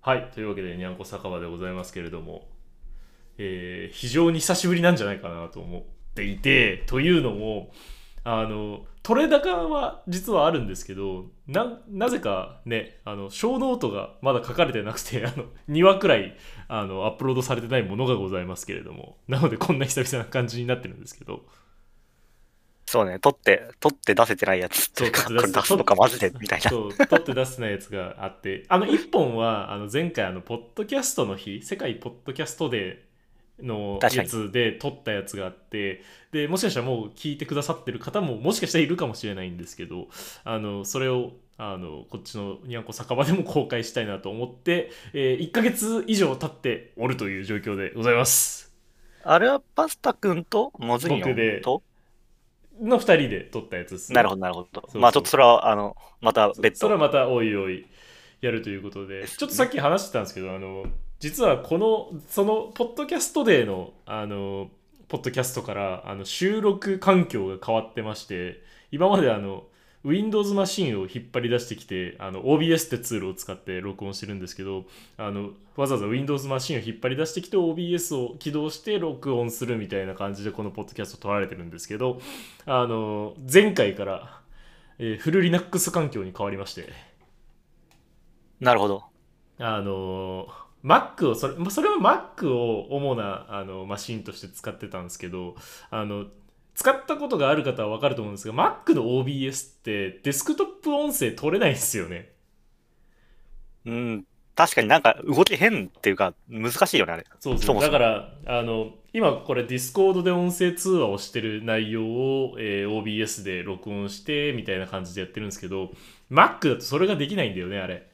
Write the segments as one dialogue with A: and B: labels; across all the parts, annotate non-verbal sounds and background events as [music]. A: はい、というわけで、にゃんこ酒場でございますけれども、えー非常に久しぶりなんじゃないかなと思っていて、というのも、あの、取れ高は実はあるんですけど、な、なぜかね、あの、小ノートがまだ書かれてなくて、あの、2話くらい、あの、アップロードされてないものがございますけれども、なのでこんな久々な感じになってるんですけど、
B: そうね、取って、取って出せてないやつって
A: そ
B: いううか、
A: 取
B: こ
A: って
B: れ
A: 出
B: 出すのかマジでみたいな。
A: そう取って出せないやつがあってあの1本はあの前回あのポッドキャストの日世界ポッドキャストデーの
B: 確かに
A: 月で撮ったやつがあってでもしかしたらもう聞いてくださってる方ももしかしたらいるかもしれないんですけどあのそれをあのこっちのにゃんこ酒場でも公開したいなと思って、え1ヶ月以上経っておるという状況でございます
B: あれはパスタ君とモズニョ
A: 僕で
B: ンと
A: の2人で撮ったやつですね
B: なるほど、なるほど。
A: そう
B: まあちょっとそれは、あの、また別
A: それ
B: 途。
A: はまたおいおいやるということで、
B: ですね
A: ちょっとさっき話してたんですけど、あの実はこの、その、ポッドキャストデーの、あの、ポッドキャストから、あの収録環境が変わってまして、今まであの、Windows マシンを引っ張り出してきて、あの OBS ってツールを使って録音してるんですけど、あのわざわざ Windows マシンを引っ張り出してきて OBS を起動して録音するみたいな感じでこのポッドキャスト撮られてるんですけど、あの前回から、えーフル Linux 環境に変わりまして、
B: なるほど。
A: あのー Mac をそれまあそれは Mac を主なあのマシンとして使ってたんですけどあの使ったことがある方は分かると思うんですが Mac の OBS ってデスクトップ音声取れないんですよね
B: うん。確かになんか動き変っていうか、難しいよね、あれ。
A: そうそう
B: そもそ
A: だ
B: も
A: からあの今これ Discord で音声通話をしてる内容を、えー OBS で録音してみたいな感じでやってるんですけど Mac だとそれができないんだよねあれ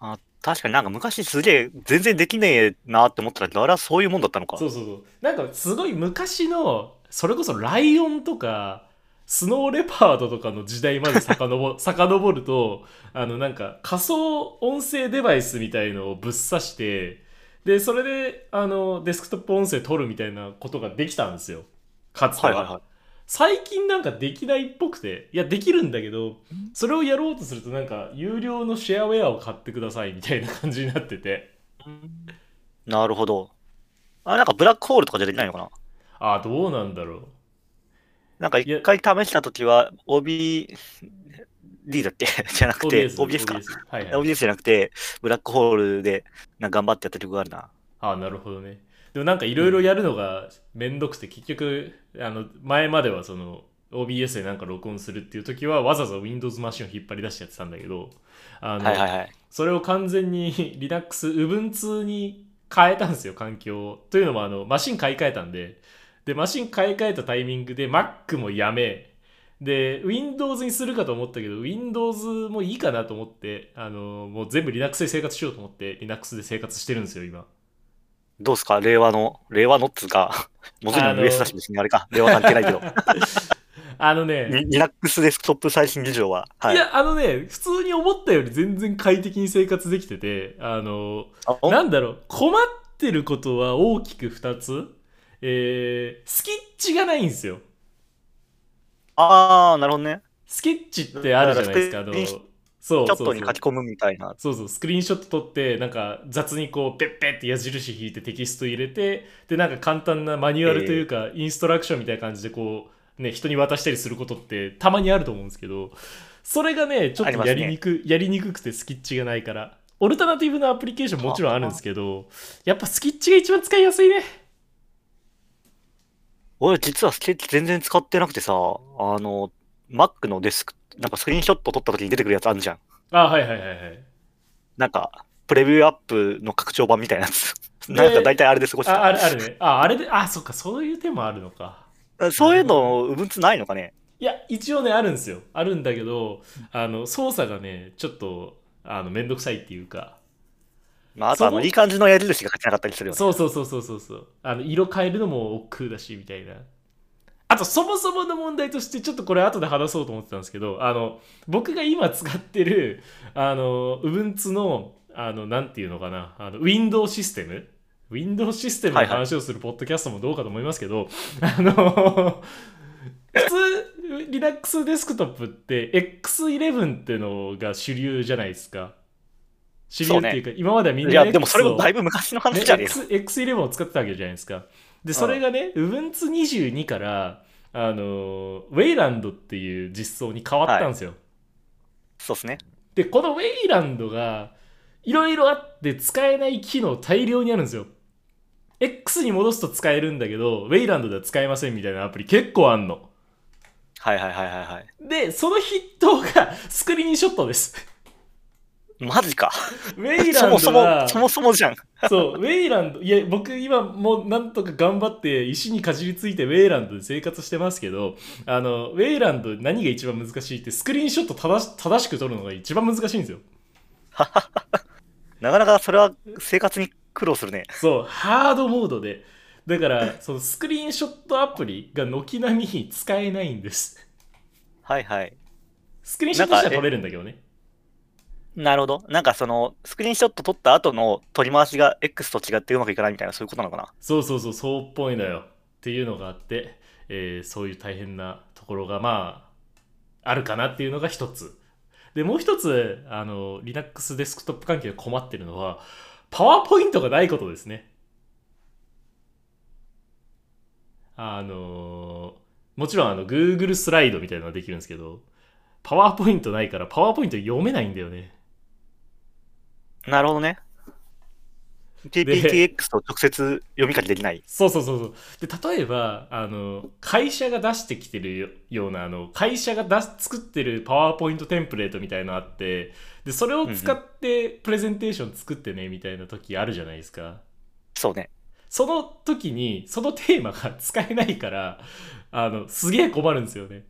B: あ確かになんか昔すげえ、全然できねえなって思ったら、あれはそういうもんだったのか。
A: そうそうそうなんかすごい昔のそれこそライオンとかスノーレパードとかの時代まで遡 [laughs] 遡るとあのなんか仮想音声デバイスみたいのをぶっ刺してでそれであのデスクトップ音声取るみたいなことができたんですよかつて
B: は
A: は,、
B: いはいはい。
A: 最近なんかできないっぽくていやできるんだけどそれをやろうとするとなんか有料のシェアウェアを買ってくださいみたいな感じになってて
B: なるほど。あれなんかブラックホールとかじゃできないのかな
A: ああどうなんだろう
B: なんか一回試したときは、OBD だっけ [laughs] じゃなくて、OBS か。
A: はいはい
B: OBS じゃなくて、ブラックホールでなんか頑張ってやった曲があるな。
A: ああなるほどねでもなんかいろいろやるのがめんどくて、結局あの前まではその OBS でなんか録音するっていう時はわざわざ Windows マシンを引っ張り出してやってたんだけどあの、
B: はいはいはい。
A: それを完全に [laughs] Linux、Ubuntu に変えたんですよ、環境を。というのも、あの、マシン買い替えたんで、で、マシン買い替えたタイミングで Mac もやめ、で、Windows にするかと思ったけど、Windows もいいかなと思って、あの、もう全部 Linux で生活しようと思って、Linux で生活してるんですよ、今。
B: どうすか令和の、令和のっつうか、 [laughs] もちろ
A: あ
B: ん
A: の
B: US だし別にあれか。令和関係ないけ
A: [laughs]
B: ど。
A: あのね、
B: リリラックスデスクトップ最新事情は。はいい。
A: や、あのね、普通に思ったより全然快適に生活できてて、あの、
B: あほん
A: なんだろう困ってることは大きく2つ、えースケッチがないんですよ
B: あー、なるほどね。
A: スケッチってあるじゃないですかあ
B: だ
A: の
B: からスクリーン
A: そうそう
B: チャッ
A: そ
B: ト
A: う
B: に書き込むみたいな。
A: そうそうスクリーンショット撮ってなんか雑にこうペッペッって矢印引いてテキスト入れてでなんか簡単なマニュアルというか、インストラクションみたいな感じでこうね人に渡したりすることってたまにあると思うんですけどそれがねちょっ
B: ありま
A: と
B: す
A: や
B: ね
A: りにく、やりにくくてスキッチがないからオルタナティブなアプリケーションもちろんあるんですけどやっぱスキッチが一番使いやすいね
B: 俺実はスケッチ全然使ってなくてさ、あの、Mac のデスク、なんかスクリーンショット撮った時に出てくるやつあるじゃん。
A: あはいはいはいはい
B: なんか、プレビューアップの拡張版みたいなやつ。なんか大体あれで過ごして
A: あ
B: た。
A: あるあるねああれであそっかそういう手もあるのか
B: そういうの、うぶんつないのかね
A: いや一応ねあるんですよあるんだけどあの操作がねちょっとあのめんどくさいっていうか
B: まあ、あとあ
A: そ
B: の、
A: の
B: いい感じの矢印が書けなかったりするよね。
A: そうそうそうそうそうそうあの色変えるのも億劫だしみたいなあとそもそもの問題としてちょっとこれ後で話そうと思ってたんですけどあの僕が今使ってるあの Ubuntu のあのなんていうのかなあの Windows システム Windows システムの話をするポッドキャストもどうかと思いますけど、 [laughs] あの普通 Linux デスクトップって X11 っていうのが主流じゃないですか知り合いっていうか、今まではみん
B: い
A: な
B: や、
A: X を
B: でもそれもだいぶ昔の
A: ね
B: 話じゃねえか。
A: X X11 を使ってたわけじゃないですか。で、それがね、Ubuntu22 から、あの、Wayland っていう実装に変わったんですよ。
B: そうですね。
A: で、この Wayland が、いろいろあって使えない機能大量にあるんですよ。X に戻すと使えるんだけど、Wayland では使えませんみたいなアプリ結構あんの。
B: はいはいはいはいはい。
A: で、その筆頭がスクリーンショットです。
B: マジか。
A: ウェイラ
B: [laughs] そ
A: ンド
B: も
A: は
B: そも、そもそもじゃん。
A: そう、ウェイランド、いや、僕今もうなんとか頑張って石にかじりついてウェイランドで生活してますけど、あの、ウェイランド何が一番難しいってスクリーンショット正し正しく撮るのが一番難しいんですよ。
B: なかなかそれは生活に苦労するね。
A: そう、ハードモードで。だから、そのスクリーンショットアプリが軒並み使えないんです。
B: はいはい。
A: スクリーンショットしては撮れるんだけどね。
B: なるほど。なんかその、スクリーンショット撮った後の取り回しが X と違ってうまくいかないみたいな、そういうことなのかな。
A: そうそうそう、そうっぽいのよ。っていうのがあって、えーそういう大変なところが、まあ、あるかなっていうのが一つ。で、もう一つ、あの、Linux デスクトップ関係で困ってるのは、パワーポイントがないことですね。あのーもちろんあの Google スライドみたいなのができるんですけど、パワーポイントないから、パワーポイント読めないんだよね。
B: なるほどね。PPTX と直接読み書きできない。
A: そうそうそうそうで例えばあの会社が出してきてるよようなあの会社が出す作ってるパワーポイントテンプレートみたいのあってでそれを使ってプレゼンテーション作ってねみたいな時あるじゃないですか
B: そうね。
A: その時にそのテーマが使えないからあのすげえ困るんですよね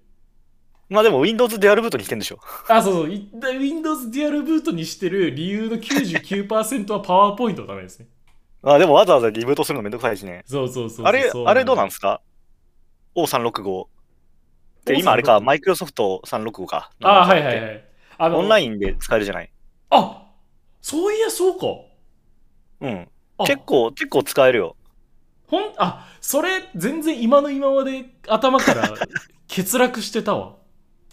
B: まあでも Windows デュアルブートにしてんでしょ。
A: あそうそうい Windows デュアルブートにしてる理由の99%はパワーポイントだめですね
B: まあでもわざわざリブートするのめんどくさいしね。
A: そうそうそうそう
B: あれ、あれどうなん
A: す
B: ですか ?O365。で、今あれか、マイクロソフト365か。
A: あはいはいはいあ
B: オンラ
A: ン
B: インで使えるじゃない。
A: あそういやそうか
B: うん。
A: あ
B: 結構、結構使えるよ。
A: ほん、あ、それ、全然今の今まで頭から
B: [laughs]
A: 欠落してたわ。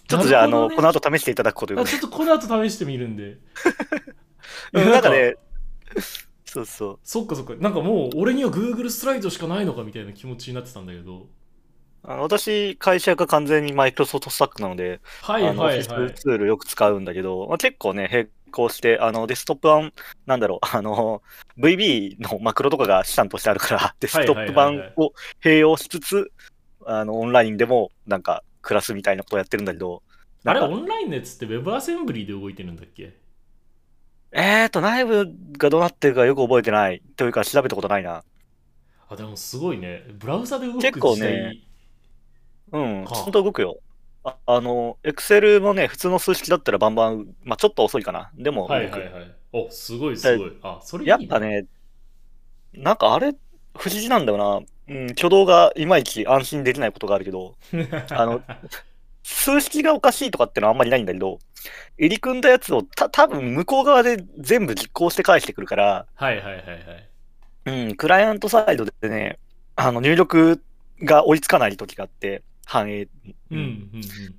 B: ちょっとじゃあ、
A: な
B: あ
A: る
B: の、
A: ほどね
B: この後試していただくことよ
A: あちょっとこの後試してみるんで。いや
B: なん [laughs] か、ね、そうそう。
A: そっかそっか。なんかもう、俺には Google スライドしかないのかみたいな気持ちになってたんだけど。
B: あの私、会社が完全にマイクロソフトスタックなので、
A: はいは
B: あの
A: い
B: オフ
A: は
B: ィ
A: い
B: ス。ツールよく使うんだけど、まあ、結構ね、並行して、あのデスクトップ版、なんだろう、あ [laughs] の VB のマクロとかが資産としてあるから、デスクトップ
A: はいはいはい
B: 版
A: はい
B: を併用しつつ、あのオンラインでもなんか暮らすみたいなことをやってるんだけど、
A: あれ、
B: なんか
A: オンラインのやつって WebAssembly で動いてるんだっけ
B: えーと、内部がどうなってるかよく覚えてないというか、調べたことないな。
A: あ、でもすごいね。ブラウザで動く
B: 結構
A: 時
B: ね
A: 代。
B: うん、
A: か
B: ちゃんと動くよ。ああの、Excel もね、普通の数式だったらバンバン、まあちょっと遅いかな。でも動く、
A: はいはいはい。お、すごいすごい。あ、それいい
B: やっ
A: ね
B: ぱ。ね、なんかあれ、不思議なんだよな。うん、挙動がいまいち安心できないことがあるけど、
A: [laughs]
B: あの数式がおかしいとかってのはあんまりないんだけど、入り組んだやつをた多分向こう側で全部実行して返してくるから、
A: はいはいはいはい。
B: うん、クライアントサイドでね、あの入力が追いつかない時があって、反映、
A: うんうんうん。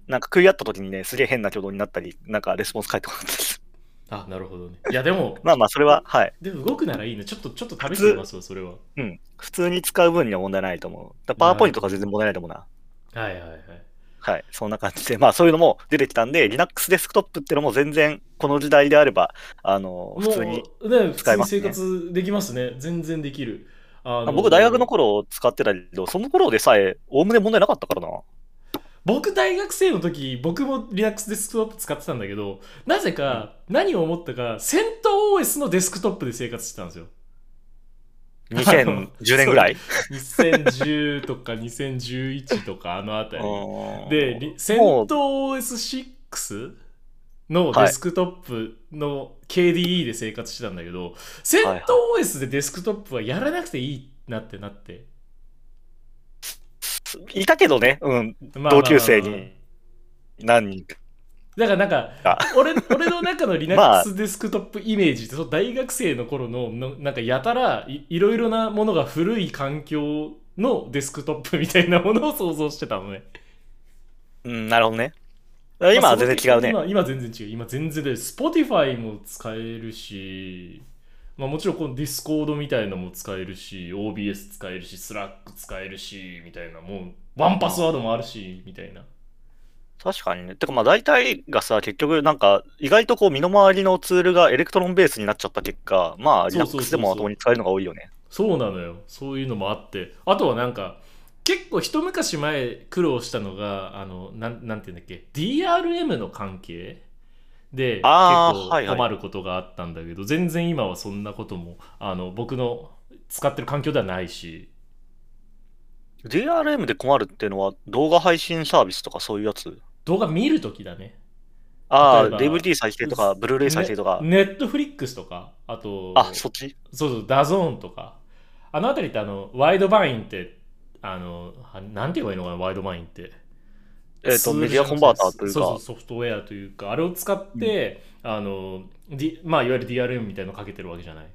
B: なんか食い合った時にね、すげえ変な挙動になったり、なんかレスポンス返ってこなかったりする
A: あ、なるほどね。いや、で
B: [laughs]
A: も、
B: まあまあ、それは、はい。
A: でも動くならいいね。ちょっと、ちょっと試してみますわ、それは。
B: 普通に使う分には問題ないと思う。だからパワーポイントとか全然問題ないと思うな。
A: はいはいはい。
B: はい、そんな感じで、まあそういうのも出てきたんで、Linux デスクトップってのも全然この時代であれば、あの、普通に。
A: もうね、普
B: 使
A: 通
B: え
A: に
B: ます
A: 生
B: ね
A: 活できますね。全然できる。あ
B: まあ僕、大学の頃使ってたけど、その頃でさえ、おおむね問題なかったからな。
A: 僕、大学生の時、僕も Linux デスクトップ使ってたんだけど、なぜか、何を思ったか、セント OS のデスクトップで生活してたんです
B: [laughs]
A: よ。
B: 2010年ぐ
A: [laughs]
B: らい。
A: 2010とか2011とか、あのあたり。
B: うん
A: で、リセント OS6 のデスクトップの KDE で生活してたんだけど、セン
B: はい
A: ト OS でデスクトップはやらなくていいなってなって。
B: いたけどね、うん、
A: まあ
B: 同級生に。何人か。
A: だからなんか
B: あ、
A: 俺俺の中
B: [laughs]
A: の
B: ま
A: Linux デスクトップイメージって、その大学生の頃のの、なんかやたらいいろいろなものが古い環境のデスクトップみたいなものを想像してたのね。
B: うん、なるほどね。あ今
A: ま
B: は
A: あ
B: 全然違うね。
A: 今今全然違う。今全然で、Spotify も使えるし、まあ、もちろんこの Discord みたいなのも使えるし、OBS 使えるし、Slack 使えるし、みたいな、もうワンパスワードもあるし、みたいな。
B: 確かにね。てかまあ大体がさ、結局なんか意外とこう身の回りのツールがエレクトロンベースになっちゃった結果、まあ
A: そうそうそうそう
B: Linux でもまともに使えるのが多いよね。
A: そうなのよ。そういうのもあって。あとはなんか、結構一昔前苦労したのが、あの、なんなんていうんだっけ、DRM の関係で結
B: あーは
A: 構
B: いはい
A: 困ることがあったんだけど、全然今はそんなことも、あの、僕の使ってる環境ではないし、
B: DRM で困るっていうのは動画配信サービスとかそういうやつ
A: 動画見るときだね。
B: ああ、
A: 例えば
B: DVD 再生とか、ブルーレイ再生とか。
A: ネットフリックスとか、あと、
B: あ、そっち
A: そうそう、ダゾーンとか。あのあたりって、あの、ワイドバインって、あの、あなんて言えばいいのかな、ワイドバインって。
B: えっ、と、メディアコンバーターという
A: そうそう
B: か。
A: ソフトウェアというかあれを使って、あの、D まあ、いわゆる DRM みたいなのをかけてるわけじゃない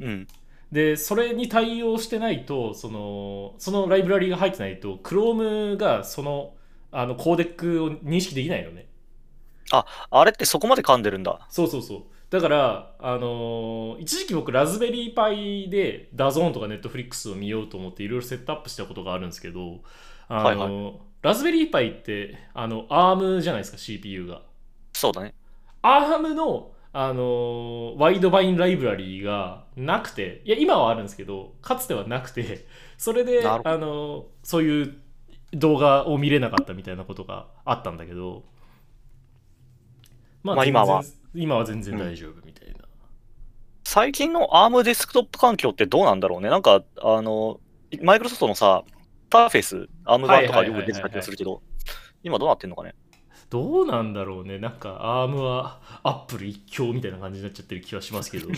B: うん。
A: でそれに対応してないとそのそのライブラリが入ってないと Chrome がそのあのコーデックを認識できないのね
B: あれってそこまで噛んでるんだ。
A: そうそうそうだから、あの一時期僕ラズベリーパイで DAZN とか Netflix を見ようと思っていろいろセットアップしたことがあるんですけど、あの
B: はいは
A: ラズベリーパイってあの ARM じゃないですか CPU が
B: そうだね。
A: アームの、あのーワイドバインライブラリーがなくて、いや、今はあるんですけど、かつてはなくて、 [laughs] それで、
B: な
A: あ
B: るほど
A: のーそういう動画を見れなかったみたいなことがあったんだけど、ま
B: まあ
A: 全
B: 今は
A: 然今は全然大丈夫みたいな。
B: 最近の ARM デスクトップ環境ってどうなんだろうね。なんか、あの、マイクロソフトのさ、ターフェイス、ARM 版とかよく出てた気がするけど、今どうなってんのかね。
A: どうなんだろうね、なんか、アームはアップル一強みたいな感じになっちゃってる気はします
B: [laughs]
A: けど、や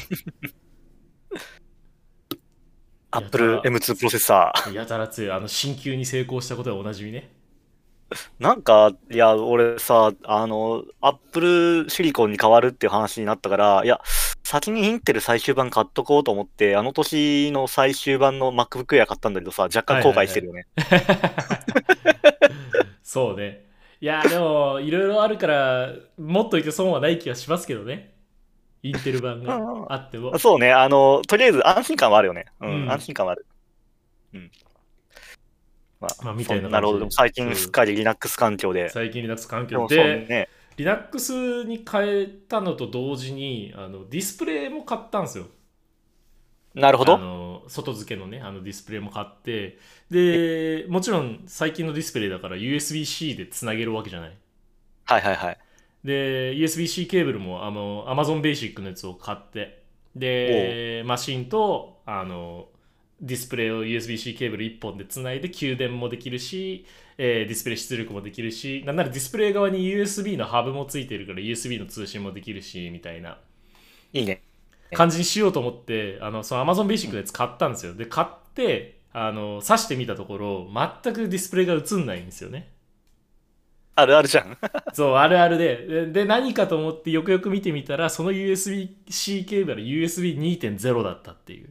B: Apple M2 プロセッサー。
A: やたら強い、あの、進級に成功したことはおなじみね。
B: なんか、いや、俺さ、あの、Apple シリコンに変わるっていう話になったから、いや、先にインテル最終版買っとこうと思って、あの年の最終版の MacBook Air 買ったんだけどさ、若干後悔してるよね。
A: そうね。いや、でも、いろいろあるから、持っといて損はない気がしますけどね。インテル
B: [laughs]
A: 版があっても。
B: そうね、あの、とりあえず安心感はあるよね。うん、
A: うん
B: 安心感はある。うん。まあ、
A: まあみ
B: み
A: た
B: た
A: い
B: い
A: な
B: な
A: 感じで
B: るほど。でも最
A: うん
B: 近すっかり Linux 環境で。
A: 最近 Linux 環
B: で
A: 境
B: もそう
A: で、
B: ね。
A: Linux に変えたのと同時にあの、ディスプレイも買ったんですよ。
B: なるほ
A: あ
B: ど。
A: の外付けのね、あのディスプレイも買って、で、もちろん最近のディスプレイだから USB-C でつなげるわけじゃない。
B: はいはいはい。
A: で、USB-C ケーブルもあの Amazon Basic のやつを買って、で、マシンとあのディスプレイを USB-C ケーブル1本でつないで給電もできるし、えーディスプレイ出力もできるし、なんならディスプレイ側に USB のハブもついてるから USB の通信もできるし、みたいない
B: いね。
A: 感じにしようと思って、あの、その Amazon Basic のやつ買ったんですよ。で、買って、あの、挿してみたところ、全くディスプレイが映んないんですよね。
B: あるあるじゃん。 [laughs]
A: そう、あるあるで。で、で何かと思ってよくよく見てみたら、その USB-C ケーブルは USB2.0 だったっていう。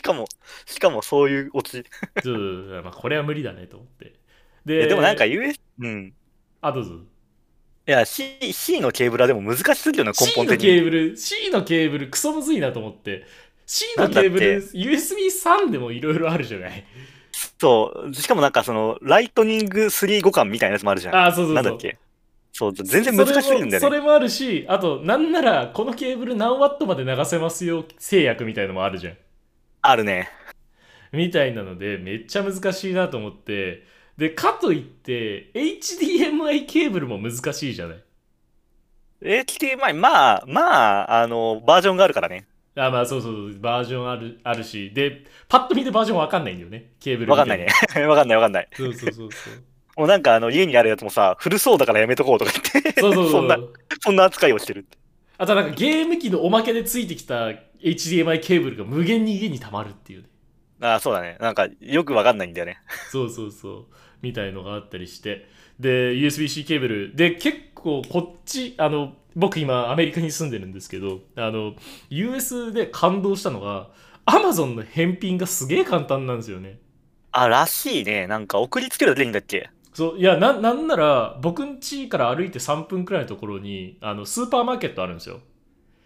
B: しかも、しかもそういうオ
A: ちょ
B: チ。
A: っと [laughs] まあ、これは無理だねと思って。
B: いや
A: で、
B: でもなんか US、うん。
A: あ、どうぞ。
B: いや、C、C のケーブルはでも難しすぎるよね、根
A: C
B: 本
A: の
B: 的
A: ケ
B: に。
A: ーブル、C のケーブル、クソむずいなと思って。C の
B: なんだっ
A: ケ
B: け
A: ーブル、USB3 でもいろいろあるじゃない。
B: そう。しかもなんかその、ライトニング3互換みたいなやつもあるじゃん。
A: あ、そうそうそう。
B: なんだっけ。そう、全然難しすぎるんだ
A: そ
B: よね。
A: れもそれもあるし、あと、なんなら、このケーブル何ワットまで流せますよ制約みたいのもあるじゃん。
B: あるね。
A: みたいなのでめっちゃ難しいなと思ってでかといって HDMI ケーブルも難しいじゃない
B: HDMI、まあ、まあ、あの、バージョンがあるからね。
A: あまあそうそうそうバージョンあるあるしでパッと見てバージョンわかんないんだよねケーブル
B: わ
A: 見ても
B: かんないね。 [laughs] わかんないわかんない。
A: そうそうそうそう
B: もうなんかあの家にあるやつもさ、古そうだからやめとこうとか言って、
A: そうそうそ
B: んな、
A: う
B: [laughs] そんな扱いをしてるって。
A: あとなんかゲーム機のおまけでついてきた HDMI ケーブルが無限に家に溜まるっていうね
B: ああ、そうだね。なんかよくわかんないんだよね。
A: そうそうそうみたいのがあったりしてで USB-C ケーブルで結構こっちあの僕今アメリカに住んでるんですけどあの US で感動したのが Amazon の返品がすげえ簡単なんですよね
B: あ、らしいね。なんか送りつけるだけでいいんだっけ
A: そういやななんなら僕ん家から歩いて3分くらいのところにあのスーパーマーケットあるんですよ、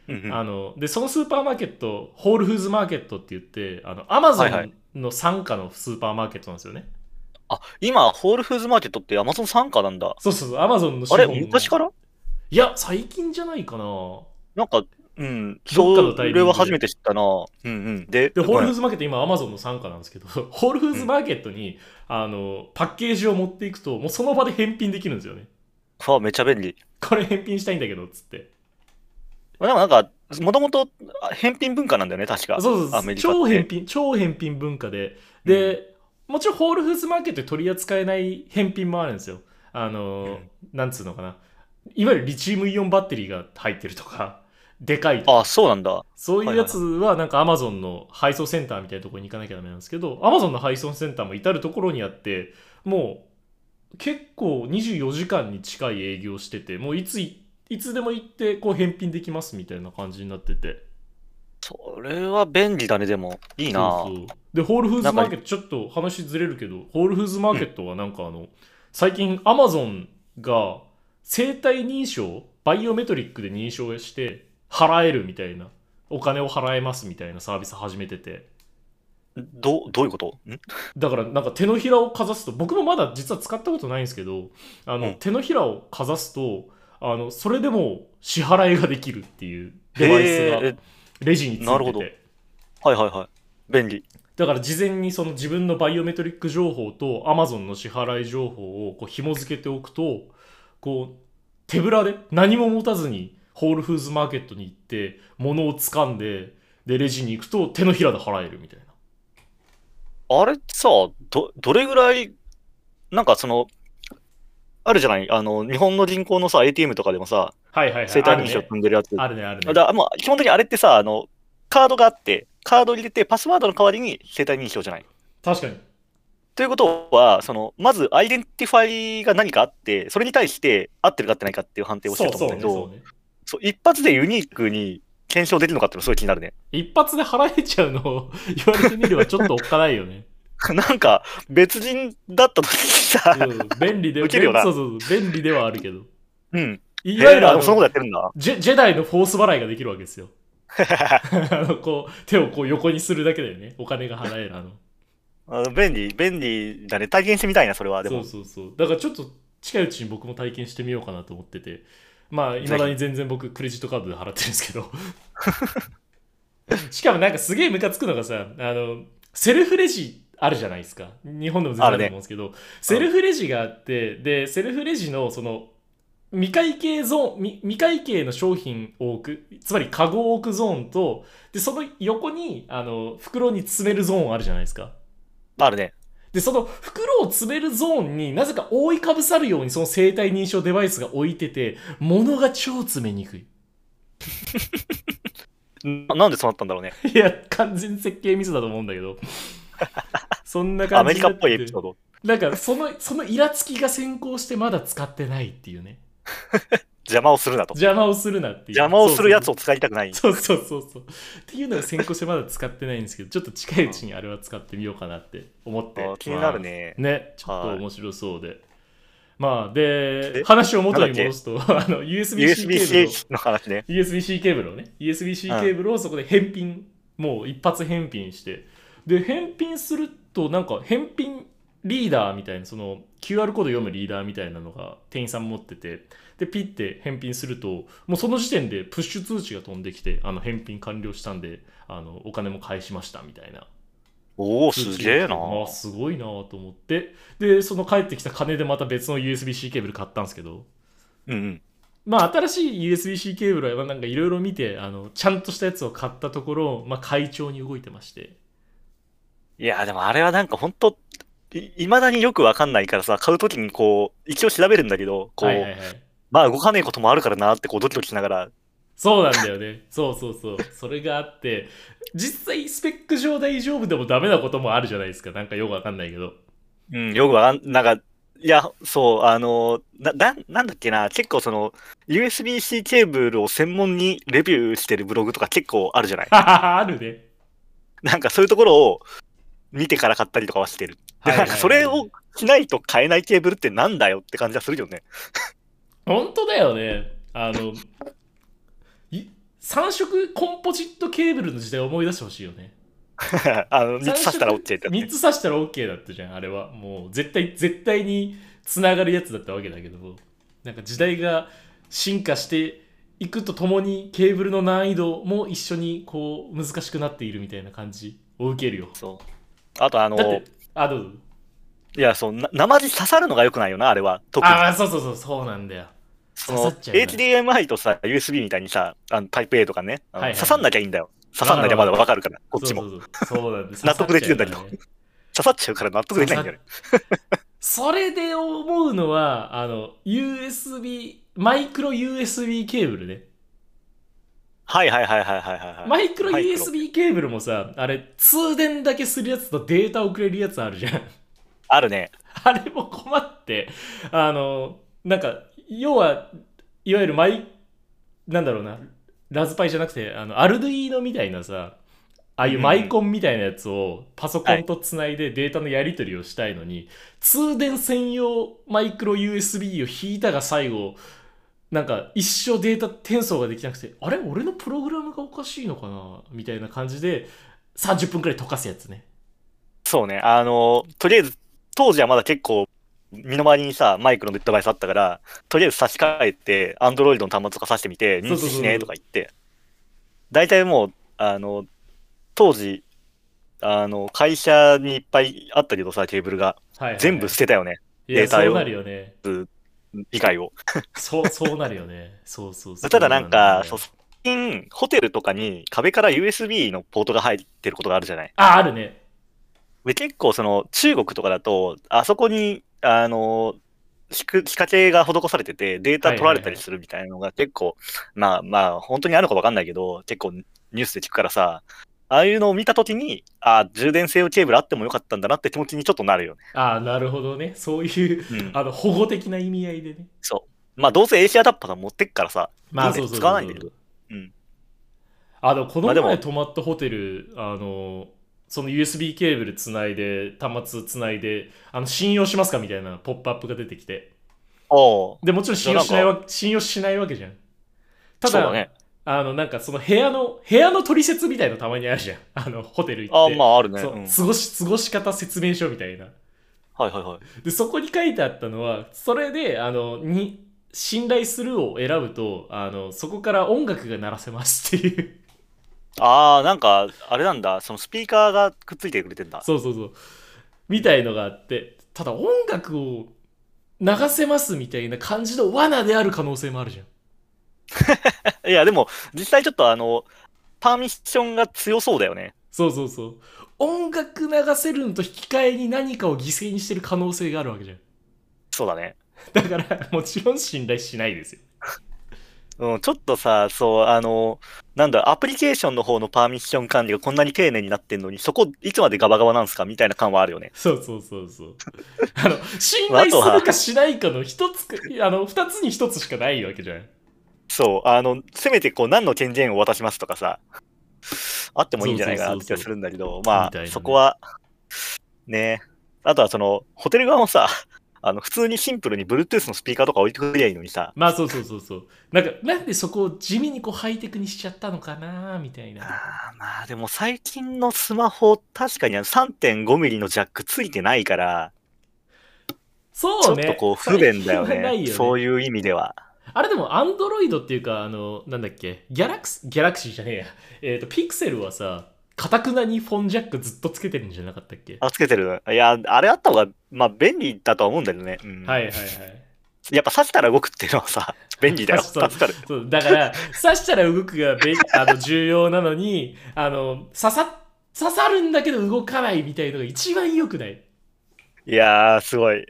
B: うんうん
A: あのでそのスーパーマーケットホールフーズマーケットって言ってあのアマゾ
B: はいは
A: ンの傘下のスーパーマーケットなんですよね、
B: あ、今、ホールフーズマーケットって Amazon 傘下なんだ。
A: そうそうそうアマゾンの資
B: あ
A: 本
B: れ、
A: の
B: 昔から
A: いや最近じゃないかな
B: なんか、うん、
A: どっかの
B: そ
A: タイミングで
B: れは初めて知ったな。うんうん。で、
A: でホールフ
B: ごめ
A: ー
B: ん
A: ズマーケット今アマゾンの傘下なんですけど [laughs] ホールフーズマーケットに、あのパッケージを持っていくともうその場で返品できるんですよね
B: あめっちゃ便利。
A: これ返品したいんだけどっつって
B: でもなんか、もともと返品文化なんだよね、確か。
A: そうそう
B: ア
A: そ
B: メ
A: う
B: リカって
A: 超返品超返品文化でで、もちろんホールフーズマーケットで取り扱えない返品もあるんですよあの、
B: うん
A: なんつうのかないわゆるリチウムイオンバッテリーが入ってるとかでかいとか
B: あ、そうなんだ。
A: そういうやつはなんか Amazon の配送センターみたいなところに行かなきゃダメなんですけど Amazon の配送センターも至る所にあってもう結構24時間に近い営業しててもういついいつでも行ってこう返品できますみたいな感じになってて
B: それは便利だね、でも。いいな
A: そうそうでホールフーズマーケットちょっと話ずれるけどホールフーズマーケットはなんかあの、最近 Amazon が生体認証バイオメトリックで認証して払えるみたいなお金を払えますみたいなサービス始めてて
B: ど、どういうことん
A: だからなんか手のひらをかざすと僕もまだ実は使ったことないんですけどあの、
B: うん
A: 手のひらをかざすとあのそれでも支払いができるっていうデバイス
B: へ
A: が
B: ー
A: レジにつ
B: ないる
A: て
B: ほど
A: て
B: はいはいはい。便利。
A: だから事前にその自分のバイオメトリック情報と Amazon の支払い情報をこう紐付けておくとこう手ぶらで何も持たずにホールフーズマーケットに行って物を掴んででレジに行くと手のひらで払えるみたいな。
B: あれさ、ど、どれぐらい、なんかその、あるじゃないあの、日本の銀行のさ、ATM とかでもさ、
A: はいはいはい。
B: 生体認証積んでるやつ。
A: あるねあるね。あるね
B: だからまあ基本的にあれってさ、あの、カードがあって、カードを入れて、パスワードの代わりに生体認証じゃない。
A: 確かに。
B: ということは、その、まずアイデンティファイが何かあって、それに対して合ってるか合ってないかっていう判定をして
A: そ
B: る
A: う
B: と思
A: そううん
B: だ
A: ね
B: け
A: そう
B: ど、
A: ね。
B: そう一発でユニークに検証できるのかっていうのすごい気になるね。
A: 一発で払えちゃうのを [laughs] 言われてみればちょっとおっかないよね。
B: なんか、別人だった時にさ、
A: うん便
B: [laughs]
A: 利で、
B: ウケるよな
A: そうそうそう便利ではあるけど。
B: うん。
A: いわゆ
B: へー
A: るあ
B: あで
A: の
B: もそのことやってるんだ。 [laughs]
A: ジェジェダイのフォース払いができるわけですよ。 [laughs] あのこう手をこう横にするだけだよねお金が払えるあの
B: あ便利、便利だね。体験してみたいな、それは。で
A: そ
B: も
A: う。そうそうだからちょっと近いうちに僕も体験してみようかなと思っててまあいまだに全然僕クレジットカードで払ってるんですけど [laughs] しかもなんかすげえムカつくのがさあのセルフレジあるじゃないですか日本でも全然あると思うんですけど、セルフレジがあってでセルフレジのその未会計ゾーン未未会計の商品を置くつまりカゴを置くゾーンとでその横にあの袋に詰めるゾーンあるじゃないですか
B: あるね。
A: で、その袋を詰めるゾーンになぜか覆いかぶさるようにその生体認証デバイスが置いてて、物が超詰めに
B: [laughs]
A: くい。
B: ななんでそうなったんだろうね。
A: いや、完全設計ミスだと思うんだけど。 [laughs] そんな
B: ア
A: 感
B: メ
A: じ
B: リ
A: に
B: カ
A: な
B: っぽいエピソー
A: て。
B: ド。
A: なんか、その、そのイラつきが先行してまだ使ってないっていうね。
B: 邪魔をするなと。
A: 邪魔をするなっていう。
B: 邪魔をするやつ
A: を。
B: を使いたくない。
A: そうそうそうそう。っていうのが先行してまだ使ってないんですけど、ちょっと近いうちにあれは使ってみようかなって思って
B: あ。気になるね。
A: ね、ちょっと面白そうで。まあ、で
B: え、
A: 話を元に戻すと、あの、USB-C ケーブル
B: USB-C
A: を、
B: の話ね。
A: USB-C ケーブルをね、USB-C ケーブルをそこで返品、もう一発返品して、で、返品すると、なんか、返品リーダーみたいな、その、QR コード読むリーダーみたいなのが店員さん持ってて、で、ピッて返品すると、もうその時点でプッシュ通知が飛んできて、あの、返品完了したんで、あの、お金も返しました、みたいな。
B: おお、すげえな。
A: あすごいなと思ってでその帰ってきた金でまた別の USB-C ケーブル買ったんですけど
B: うんうん。
A: まあ新しい USB-C ケーブルはなんかいろいろ見てあのちゃんとしたやつを買ったところ、まあ、会長に動いてまして
B: いや、でもあれはなんか本当いまだによくわかんないからさ、買うときにこう、一応調べるんだけど、こう、
A: はいはいはい
B: まあ動かねえこともあるからなってこうドキドキしながら、
A: そうなんだよねそうそうそうそれがあって実際スペック上大丈夫でもダメなこともあるじゃないですかなんかよくわかんないけど
B: うん、よくわかん、なんか、いや、そう、あの、な、ななんだっけな、結構その、USB-C ケーブルを専門にレビューしてるブログとか結構あるじゃない
A: あるね
B: なんかそういうところを、見てから買ったりとかはしてる。
A: はい
B: で、な
A: はいはい
B: んかそれをしないと買えないケーブルってなんだよって感じはするよね。 [laughs]
A: 本当だよねあのい3色コンポジットケーブルの時代を思い出してほしいよね
B: あの、3つ刺したら OK ってやつね
A: 3つ刺したら OK だったじゃんあれはもう絶対絶対につながるやつだったわけだけどなんか時代が進化していくとともにケーブルの難易度も一緒にこう難しくなっているみたいな感じを受けるよ
B: そう。あとあ
A: だっ
B: の
A: て、あどうぞ
B: いや、そう、な生地刺さるのが良くないよな、あれは。特に。
A: ああそうそうそうそうなんだよ
B: そ
A: 刺
B: の
A: さっちゃうよね
B: HDMI とさ、USB みたいにさ、あのタイプ A とかね、あの
A: はいはい
B: 刺さんなきゃいいんだよ。刺さんなきゃまだわかるから、こっちも。
A: そうそうそうそうなんです
B: 納得できるんだけど刺さっちゃうから納得できないんだよね。
A: それで思うのは、あの、USB、マイクロ USB ケーブルね。
B: はいはいはいはいはいはいはい。
A: マイクロ
B: マイクロ
A: USB ケーブルもさ、あれ、通電だけするやつとデータ送れるやつあるじゃん。
B: あるね。
A: [laughs] あれも困って、あの、なんか、要は、いわゆるマイ、なんだろうな、ラズパイじゃなくて、あの、アルドゥイーノみたいなさ、ああいうマイコンみたいなやつをパソコンとつないでデータのやり取りをしたいのに、通電専用マイクロ USB を引いたが最後、なんか一生データ転送ができなくて、あれ俺のプログラムがおかしいのかなみたいな感じで、30分くらい溶かすやつね。
B: そうね。あの、とりあえず、当時はまだ結構、身の回りにさ、マイクロのデッドバイスあったから、とりあえず差し替えて、アンドロイドの端末とか挿してみて、
A: そうそ
B: 認
A: うそう
B: 知しねえとか言って、大体もう、あの、当時、あの、会社にいっぱいあったけどさ、ケーブルが。
A: はいはいはい、
B: 全部捨てたよね、
A: いや
B: データ
A: そ
B: よ
A: うなるよね。
B: 以外を。
A: そう、そうなるよね。そうそうそう。
B: ただなんか、
A: そ
B: そうう最近、ホテルとかに壁から USB のポートが入ってることがあるじゃない。
A: あ、あるね。
B: で、結構その中国とかだと、あそこに、あの、仕組仕掛けが施されてて、データ取られたりするみたいなのが結構、まあまあ、本当にあるのかわかんないけど、結構ニュースで聞くからさ、ああいうのを見たときに、あ充電性用ケーブルあってもよかったんだなって気持ちにちょっとなるよね。
A: あなるほどね。そういう、
B: うん
A: あの、保護的な意味合いでね。
B: まあ、どうせ AC アダプター持ってっからさ、
A: まあ、
B: いい
A: そ
B: ね
A: うそうそうそう
B: 使わないんだけど。うん。
A: あの、この
B: まあでも
A: 前泊まったホテル、あの、その USB ケーブルつないで、端末つないで、あの、信用しますかみたいなポップアップが出てきて。
B: おう
A: で、もちろん信用しないわ信用しないわけじゃん。た
B: そう
A: だ、
B: だね。
A: あの、なんかその部屋の、部屋の取説みたいのたまにあるじゃん。あの、ホテル行
B: あ
A: って。
B: まあ、あるね。
A: そう
B: うん
A: 過ごし、過ごし方説明書みたいな。
B: はいはいはい。
A: でそこに書いてあったのはそれであのに信頼するを選ぶとあのそこから音楽が鳴らせますっていう
B: ああ、なんか、あれなんだ、そのスピーカーがくっついてくれてんだ。
A: そうそうそうみたいのがあってただ音楽を流せますみたいな感じの罠である可能性もあるじゃん
B: いや、でも、実際ちょっとあの、パーミッションが強そうだよね。
A: そうそうそう音楽流せるのと引き換えに何かを犠牲にしてる可能性があるわけじゃん
B: そうだね。
A: だからもちろん信頼しないですよ
B: うん、ちょっとさ、そう、あの、なんだ、アプリケーションの方のパーミッション管理がこんなに丁寧になってんのに、そこ、いつまでガバガバなんすかみたいな感はあるよね。
A: そうそうそうそう。あの、信頼するかしないかの一つか、あの、二つに一つしかないわけじゃん。
B: そう、あの、せめてこう、何の権限を渡しますとかさ、あってもいいんじゃないかなって気がするんだけど、ま
A: みたいな
B: あ、
A: ね
B: そこは、ね、あとはその、ホテル側もさ、あの、普通にシンプルに Bluetooth のスピーカーとか置いてくれりゃいいのにさ、
A: まあそうそうそうそう。なんか、なんでそこを地味にこうハイテクにしちゃったのかなみたいな。
B: あーまあでも最近のスマホ、確かにあの3.5ミリのジャックついてないから、ち
A: そう
B: ょっ
A: ね。
B: とこう不便だよ
A: 最近はな
B: ね。
A: い
B: そういう意味では。
A: あれでも、アンドロイドっていうか、あの、なんだっけ、ギャラクス、ギャラクシーじゃねえや。えっ、と、ピクセルはさ、かたくなにフォンジャックずっとつけてるんじゃなかったっけは
B: あ、つけてる。いや、あれあった方が、まあ便利だとは思うんだけどね。うん
A: いはいはい。
B: やっぱ刺したら動くっていうの
A: [laughs]
B: はさ、便利だよ。
A: そう
B: 助かる。
A: そうだから、刺したら動くが
B: [laughs]
A: べあの重要なのに、あの、刺さ、刺さるんだけど動かないみたいのが一番良くない。
B: いやー、すごい。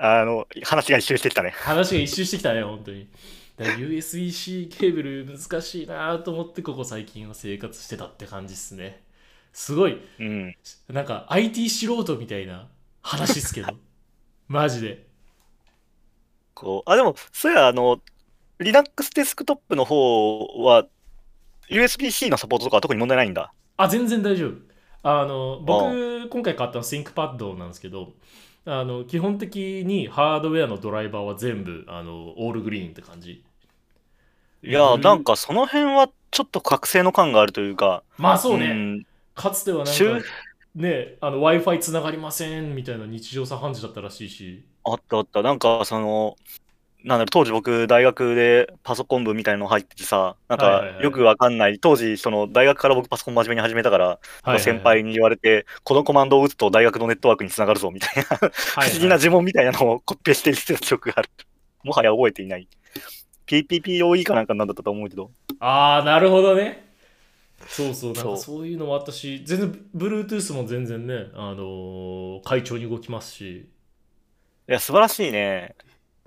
B: あの、話が一周してきたね。
A: 話が一周してきたね、本当に。だから USB-C ケーブル難しいなと思って、ここ最近は生活してたって感じっすね。すごい、
B: うん。
A: なんか IT 素人みたいな話っすけど。 [laughs] マジで。
B: こう、あ、でも、そういや、あの、Linux デスクトップの方は、USB-C のサポートとかは特に問題ないんだ。
A: あ、全然大丈夫。あの僕、今回買ったの ThinkPad なんですけど、あの基本的にハードウェアのドライバーは全部あのオールグリーンって感じ。
B: いやー、なんかその辺はちょっと覚醒の感があるというか、
A: まあそうね、
B: ん
A: かつてはなん
B: 周
A: か、ね、Wi-Fi つながりませんみたいな日常茶飯事だったらしいし。
B: あったあった。なんかその、なんだろう、当時僕、大学でパソコン部みたいなの入っててさ、なん
A: はいはい
B: か
A: はい
B: よくわかんない、当時、その大学から僕パソコン真面目に始めたから、
A: はい
B: 先輩に言われて、このコマンドを打つと大学のネットワークにつながるぞみたいな、
A: はいはい
B: 不思議な呪文みたいなのをコピペしてるって記憶がある。もはや覚えていない。PPPOE かなんかなんだったと思うけど、
A: ああ、なるほどね。そうそう、なん
B: そ
A: か
B: う
A: そういうのもあったし、全然、Bluetooth も全然ね、あのー、快調に動きますし、
B: いや、素晴らしいね。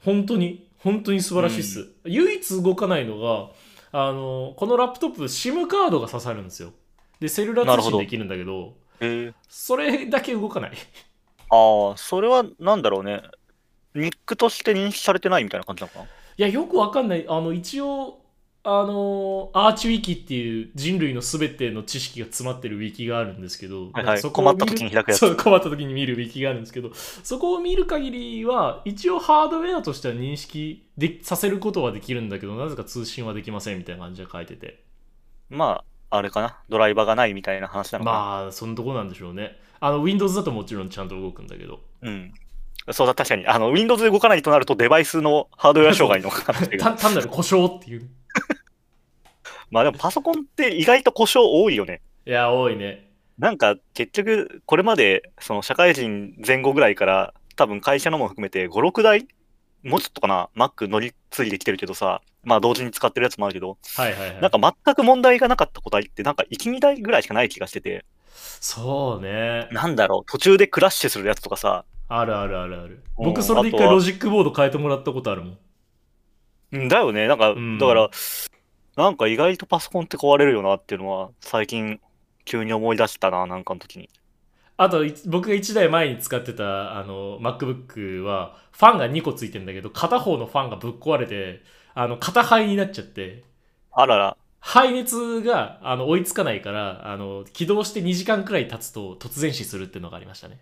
A: 本当に、本当に素晴らしいっす。唯一動かないのが、あのーこのラップトップ、SIM カードが刺さるんですよ。で、セルラ
B: な
A: ー
B: る
A: 通
B: ほ
A: 信
B: ど
A: できるんだけど、
B: へえ
A: それだけ動かない。
B: ああ、それはなんだろうね。ニックとして認識されてないみたいな感じなのかない
A: や、よくわかんない。あの、一応、あのーアーチウィキっていう人類のすべての知識が詰まってるウィキがあるんですけど、
B: は
A: な
B: い
A: ん
B: は
A: か
B: い。
A: そこ
B: 困
A: を
B: った
A: 見る
B: 時に開くやつ。
A: そう困った時に見るべきがあるんですけどそこを見る限りは一応ハードウェアとしては認識でさせることはできるんだけどなぜか通信はできませんみたいな感じで書いてて
B: まあ、あれかな。ドライバーがないみたいな話なのかな。
A: まあそのとこなんでしょうねあの Windows だともちろんちゃんと動くんだけど
B: うん。そうだ、確かに。あの、Windows で動かないとなると、デバイスのハードウェア障害の話が。
A: 単単なる故障っていう
B: まあでも、パソコンって意外と故障多いよね。
A: いや多いね
B: なんか、結局、これまで、その、社会人前後ぐらいから、多分会社のも含めて、5、6台もうちょっとかな、Mac 乗り継いできてるけどさ、まあ同時に使ってるやつもあるけど、
A: はいはいはい
B: なんか全く問題がなかった個体って、なんか1、2台ぐらいしかない気がしてて、
A: そうね
B: なんだろう、途中でクラッシュするやつとかさ、
A: あるあるあるある
B: うん
A: 僕それで一
B: あ
A: 回
B: とは
A: ロジックボード変えてもらったことあるもん
B: うんだよね。なんか、
A: うん
B: だから、なんか意外とパソコンって壊れるよなっていうのは、最近、急に思い出したな、なんかの時に。
A: あとい僕が1台前に使ってたあの MacBook はファンが2個ついてんだけど片方のファンがぶっ壊れてあの片肺になっちゃって
B: あらら、
A: 排熱があの追いつかないからあの起動して2時間くらい経つと突然死するっていうのがありましたね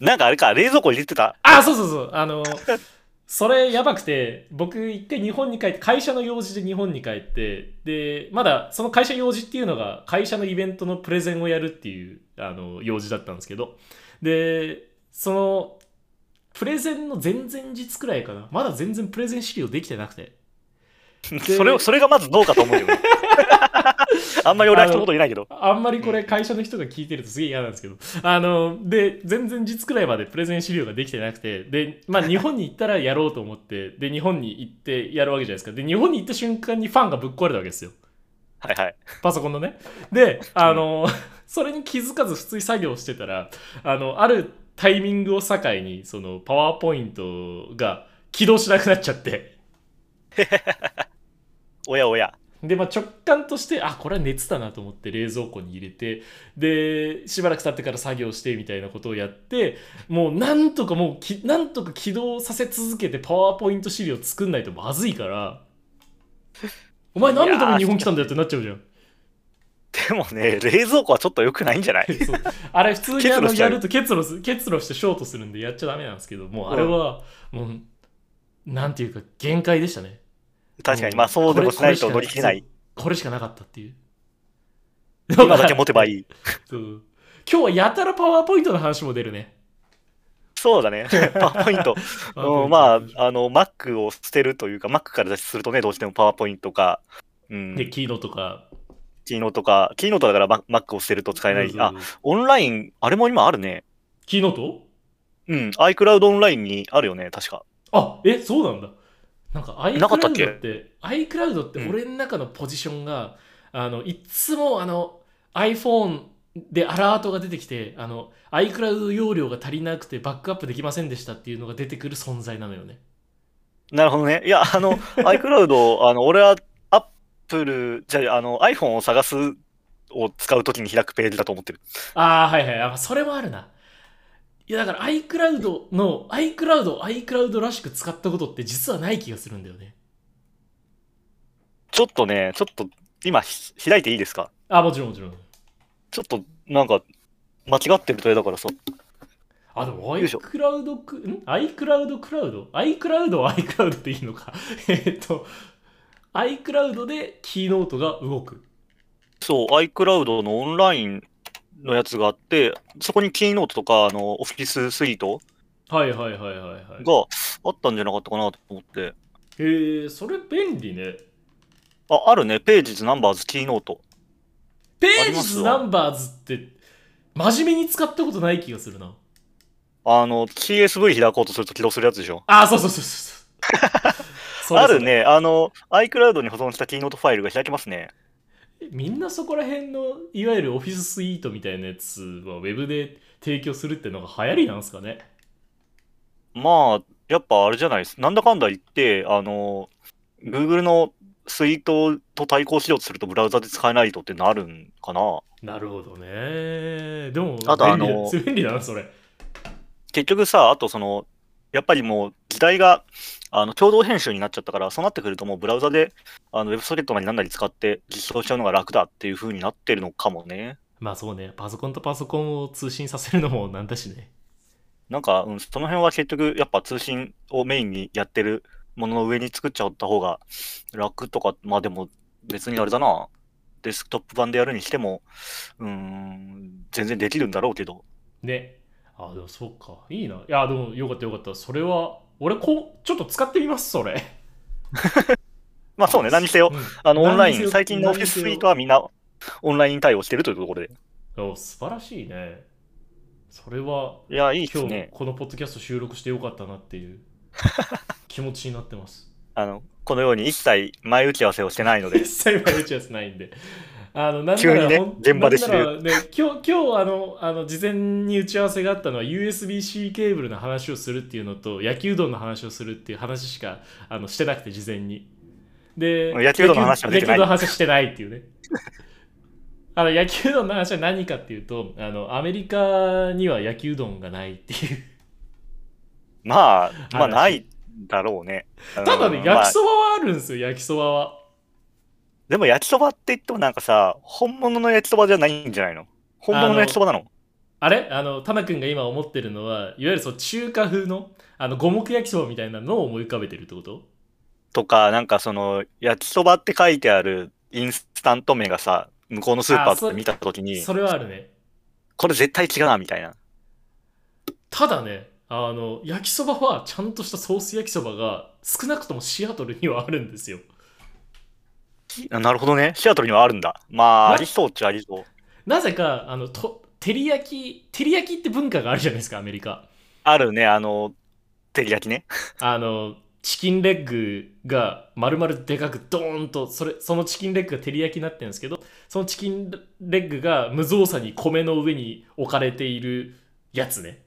B: なんかあれか、冷蔵庫に入れてた。
A: あそうそうそうあのそれやばくて僕一回日本に帰って会社の用事で日本に帰ってでまだその会社用事っていうのが会社のイベントのプレゼンをやるっていうあの用事だったんですけどでそのプレゼンの前々日くらいかなまだ全然プレゼン資料できてなくて
B: それを、それがまずどうかと思うよ
A: [laughs]
B: ね。あんまり俺は一言言えないけど。
A: あんまりこれ会社の人が聞いてるとすげえ嫌なんですけど。あの、で、全然日くらいまでプレゼン資料ができてなくて、で、まあ日本に行ったらやろうと思って、で、日本に行ってやるわけじゃないですか。で、日本に行った瞬間にファンがぶっ壊れたわけですよ。
B: はいはい。
A: パソコンのね。で、あの、それに気づかず普通に作業してたら、あの、あるタイミングを境に、その、パワーポイントが起動しなくなっちゃって。
B: おやおや。
A: で、まあ、直感としてあこれは熱だなと思って冷蔵庫に入れてでしばらく経ってから作業してみたいなことをやってもうなんとかもうきなんとか起動させ続けてパワーポイント資料作んないとまずいからお前何のために日本来たんだよってなっちゃうじゃん。
B: でもね、冷蔵庫はちょっと良くないんじゃない
A: [laughs] そうあれ普通にあの
B: 結露しちゃ
A: や
B: う
A: ると結露す結露してショートするんでやっちゃダメなんですけどもうあれはもうなんていうか限界でしたね。
B: 確かに、
A: ん
B: まあそうでもしないと
A: こ
B: 乗
A: れ
B: り切れない。
A: これしかなかったっていう。
B: 今だけ持てばいい。
A: そう今日はやたらパワーポイントの話も出るね。
B: そう
A: [laughs]
B: だね。パワーポイント。うんまあ、あの、Mac を捨てるというか、Mac から脱出するとね、どうしてもパワーポイントか、うん、
A: で、キーノとか。
B: キーノートか、キーノートだから Mac- Mac を捨てると使えない。あ、オンライン、あれも今あるね。
A: キーノと
B: うん、iCloud オンラインにあるよね、確か。
A: あ、え、そうなんだ。なんか
B: なかったっけ
A: iCloud って、iCloud って俺の中のポジションが、あの、いっつもあの、iPhone でアラートが出てきて、あの、iCloud 容量が足りなくてバックアップできませんでしたっていうのが出てくる存在なのよね。
B: なるほどね。いや、あの、iCloud、あの、俺は Apple、じゃあ、あの、iPhone を探すを使うときに開くページだと思ってる。
A: ああ、はいはいあ。それもあるな。いや、だから iCloud の、iCloud を iCloud らしく使ったことって実はない気がするんだよね。
B: ちょっとね、ちょっと、今、ひ開いていいですか
A: あ、もちろんもちろん。
B: ちょっと、なんか、間違ってるとあれだからさ。
A: あ、でも
B: よいしょ
A: iCloud く、ん ?iCloud クラウド ?iCloud は iCloud でいいのか。 [laughs] えーっと、iCloud でキーノートが動く。
B: そう、iCloud のオンラインのやつがあって、そこにキーノートとか、あの、Office スイート
A: はいはいはいはいはい。
B: があったんじゃなかったかなと思って。
A: えー、それ便利ね。
B: あ、あるね。ページズ、ナンバーズ、キーノート。
A: ペ
B: り
A: ージ
B: ます
A: ズ
B: わ
A: ナンバーズって、真面目に使ったことない気がするな。
B: あの、CSV 開こうとすると起動するやつでしょ。
A: あ、そうそうそうそ
B: [laughs]
A: うそう。それ
B: ある。ね。あの、iCloud に保存したキーノートファイルが開けますね。
A: それみんなそこら辺の、いわゆるオフィススイートみたいなやつは、ウェブで提供するってのが流行りなんすかね。
B: まあ、やっぱあれじゃないです。なんだかんだ言って、あの、Google のスイートと対抗しようとするとブラウザで使えないとってなるんかな。
A: なるほどね。でも、
B: あとあの
A: 便利だ便利だな、そ [laughs] れ。
B: 結局さ、あとその、やっぱりもう時代があの共同編集になっちゃったから、そうなってくるともうブラウザであの WebSocket なりなんなり使って実装しちゃうのが楽だっていう風になってるのかもね。
A: まあそうね、パソコンとパソコンを通信させるのもなんだしね。
B: なんか、うん、その辺は結局やっぱ通信をメインにやってるものの上に作っちゃった方が楽とか、まあでも別にあれだな。デスクトップ版でやるにしても、うーん、全然できるんだろうけど。
A: ね。あ、でもそうか。いいな。いや、でもよかったよかった。それは、俺こう、ちょっと使ってみます、それ。
B: まあそうね、何にせよ
A: う。ん
B: あの、オンラ
A: 何にせ
B: イ
A: よ
B: ン、最近のオフィススイートはみんなオンライン対応してるというところで。
A: お素晴らしいね。それはい
B: や、いいです
A: 今日
B: ね。
A: このポッドキャスト収録してよかったなって
B: [laughs]
A: いう気持ちになってます。 [laughs]
B: あの、このように一切前打ち合わせをしてないので
A: 一、切前打ち合わせないんで。あのなんなら
B: 急にね
A: ほん
B: 現場で知る
A: なんならね、今日今日あのあの事前に打ち合わせがあったのは USB-C ケーブルの話をするっていうのと野球うどんの話をするっていう話しかあのしてなくて事前に。で
B: 野球うどんの話は出て
A: 野球うど
B: ない
A: んの話はしてないっていうね。 [laughs] あの野球うどんの話は何かっていうとあのアメリカには野球うどんがないっていう。
B: まあ、まあ、
A: 話
B: ないだろうね。た
A: ただね焼きそばはあるんですよ焼きそばは。
B: でも焼きそばって言ってもなんかさ、本物の焼きそばじゃないんじゃないの本物の焼きそばなの
A: あれあの、タナ君が今思ってるのは、いわゆるその中華風の、あの、五目焼きそばみたいなのを思い浮かべてるってこと
B: とか、なんかその、焼きそばって書いてあるインスタント麺がさ、向こうのスーパーとかで見たときに、
A: それはあるね。
B: これ絶対違うな、みたいな。
A: ただね、あの、焼きそばはちゃんとしたソース焼きそばが少なくともシアトルにはあるんですよ。
B: あなるほどね。シアトルにはあるんだ。まあ、
A: な
B: ありそうっちゃありそう。
A: なぜか、あの、と、照り焼き、照り焼きって文化があるじゃないですか、アメリカ。
B: あるね、あの、照り焼きね。
A: あの、チキンレッグが丸々でかくドーンとそれそのチキンレッグが照り焼きになってるんですけどそのチキンレッグが無造作に米の上に置かれているやつね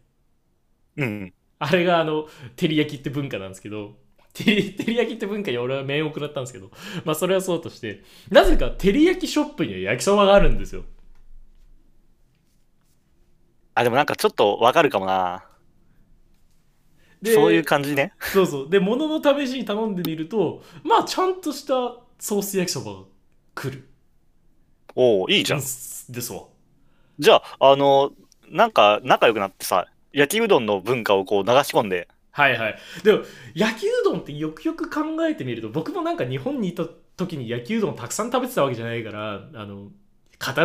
B: うん。
A: あれがあの照り焼きって文化なんですけど [laughs] 照り照り焼きって文化に俺は面を食らったんですけどまあそれはそうとしてなぜか照り焼きショップには焼きそばがあるんですよ
B: あ、でもなんかちょっとわかるかもな。
A: で
B: そういう感じね。
A: そうそうで物の試しに頼んでみるとまあちゃんとしたソース焼きそばが来る
B: おお、いいじゃん
A: で。すわ
B: じゃあ、あの、なんか仲良くなってさ、焼きうどんの文化をこう流し込んで、
A: はいはい。でも、焼きうどんってよくよく考えてみると、僕もなんか日本にいた時に焼きうどんをたくさん食べてたわけじゃないから、あの、語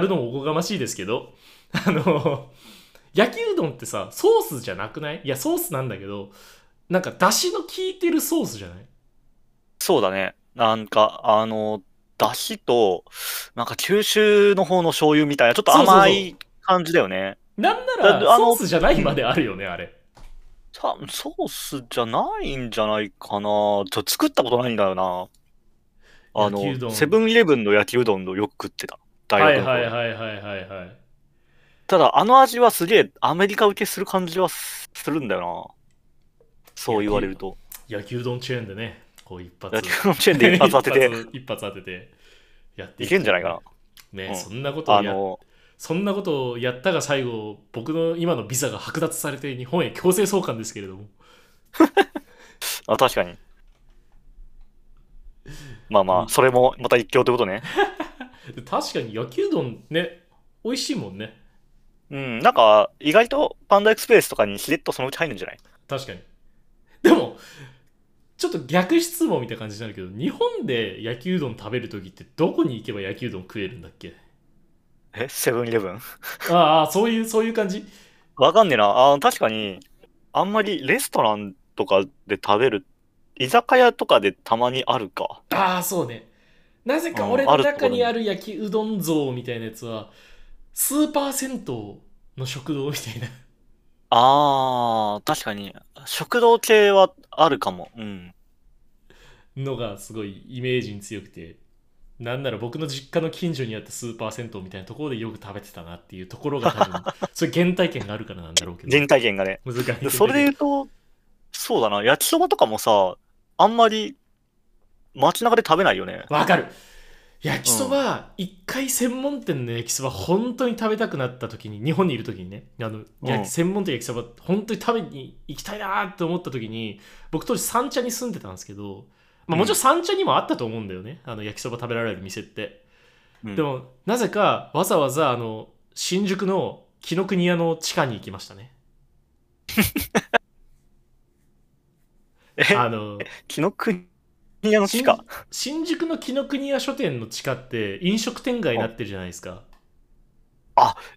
A: るのもおこがましいですけど、 [laughs] あの、焼きうどんってさ、ソースじゃなくないいや、ソースなんだけど、なんか出汁の効いてるソースじゃない
B: そうだね。なんか、あの、だしと、なんか九州の方の醤油みたいな、ちょっと
A: そうそうそう
B: 甘い感じだよね。
A: なんな
B: だって
A: ら、
B: あの
A: ソースじゃないまであるよね、あれ。
B: さソースじゃないんじゃないかな。ちょっと作ったことないんだよな。あ
A: 焼きうどん
B: の、セブンイレブンの焼きうどんをよく食ってた。大
A: はい
B: 学の頃
A: はいはいはいはいはい。
B: ただ、あの味はすげえアメリカ受けする感じはすするんだよな。そう言われると。
A: 焼きうどんチェーンでね、こう一発。
B: 焼きうどんチェーンで一発当てて
A: [laughs] 一、発一発当てて、やって
B: いけんじゃないか
A: な。ね、
B: うん
A: そんなこと
B: な。
A: を
B: あ
A: やっ
B: の、
A: そんなことをやったが最後、僕の今のビザが剥奪されて日本へ強制送還ですけれども。
B: あ、確かに。まあまあ、それもまた一興ってことね。
A: で確かに焼きうどんね、美味しいもんね。
B: うん、なんか、意外とパンダエクスプレスとかにしれっとそのうち入るんじゃない
A: 確かに。でも、ちょっと逆質問みたいな感じになるけど、日本で焼きうどん食べるときってどこに行けば焼きうどん食えるんだっけ
B: え、セブンイレブン
A: ああ、そういう、そういう感じ
B: わかんねえな。あー確かに、あんまりレストランとかで食べる、居酒屋とかでたまにあるか。
A: ああ、そうね。なぜか俺
B: あ
A: の
B: るとこ
A: 中
B: ろ
A: に
B: に
A: ある焼きうどん像みたいなやつは、スーパー銭湯の食堂みたいな。
B: あー、確かに、食堂系はあるかも。うん。
A: のがすごいイメージに強くてなんなら僕の実家の近所にあったスーパー銭湯みたいなところでよく食べてたなっていうところが多
B: [laughs]
A: 分それ原体験があるからなんだろうけど
B: 原体験がね。
A: 難しいけ
B: で
A: ど
B: それで言うと、そうだな、焼きそばとかもさ、あんまり街中で食べないよね。
A: わかる焼きそば、一回専門店の焼きそば本当に食べたくなった時に日本にいる時にねあの、焼き
B: うん
A: 専門店焼きそば本当に食べに行きたいなーって思った時に僕当時三茶に住んでたんですけど、まあ、もちろん三茶にもあったと思うんだよね、あの焼きそば食べられる店って
B: うん
A: でもなぜかわざわざあの新宿の紀ノ国屋の地下に行きましたね。
B: [laughs] え、
A: あの
B: 紀ノ国屋の地下。
A: 新宿の紀ノ国屋書店の地下って飲食店街になってるじゃないですか。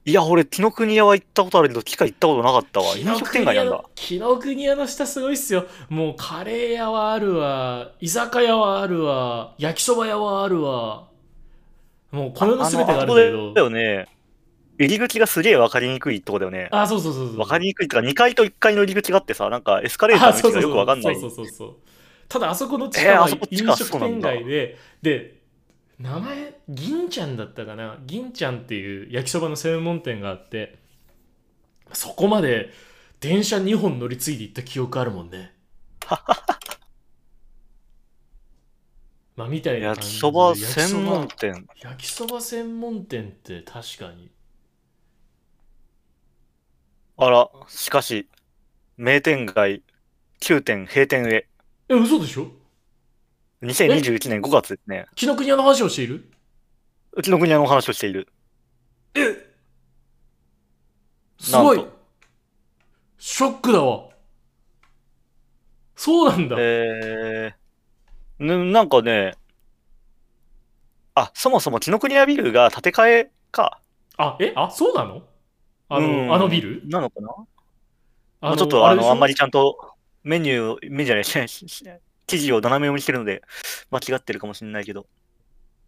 B: いや、俺、紀ノ国屋は行ったことあるけど、地下行ったことなかったわ。
A: 紀
B: 飲
A: ノ
B: 食
A: 国
B: 店街な
A: 屋
B: んだ
A: の。紀ノ国屋の下すごいっすよ。もうカレー屋はあるわ、居酒屋はあるわ、焼きそば屋はあるわ。もうこの世の全てがあるんだけ
B: あ
A: ど
B: のあそこ。だよね。入り口がすげえ分かりにくいとこだよね。
A: あ、そうそうそうそう。
B: 分かりにくいってか、2階と1階の入り口があってさ、なんかエスカレーターの位置がよく分かんない。
A: あそうそうそうそうそうそうただあそこの地
B: え
A: 下
B: ー
A: は
B: あそこ
A: 飲
B: 地下
A: 食店街で、で名前銀ちゃんだったかな銀ちゃんっていう焼きそばの専門店があってそこまで電車2本乗り継いで行った記憶あるもんねまあみたいな
B: 焼
A: 感
B: き
A: じで
B: そば
A: 焼きそば
B: 専門店。
A: 焼きそば専門店って確かに
B: あら、しかし、名店街、9店閉店へ。
A: え嘘でしょ
B: 2021年5月ですね。
A: 紀ノ国屋の話をしている
B: うちの国屋のお話をしている。
A: えすご
B: ないんと
A: ショックだわそうなんだ、
B: えー、ねなんかね、あ、そもそも紀ノ国屋ビルが建て替えか。
A: あえあそうなのあの,、
B: うん
A: あのビル
B: なのかな
A: あ
B: まあちょっとあの、あんま
A: り
B: りちゃんとメニュー、メニューじゃないし [laughs] し、し記事を斜め読みしてるので、間違ってるかもしれないけど、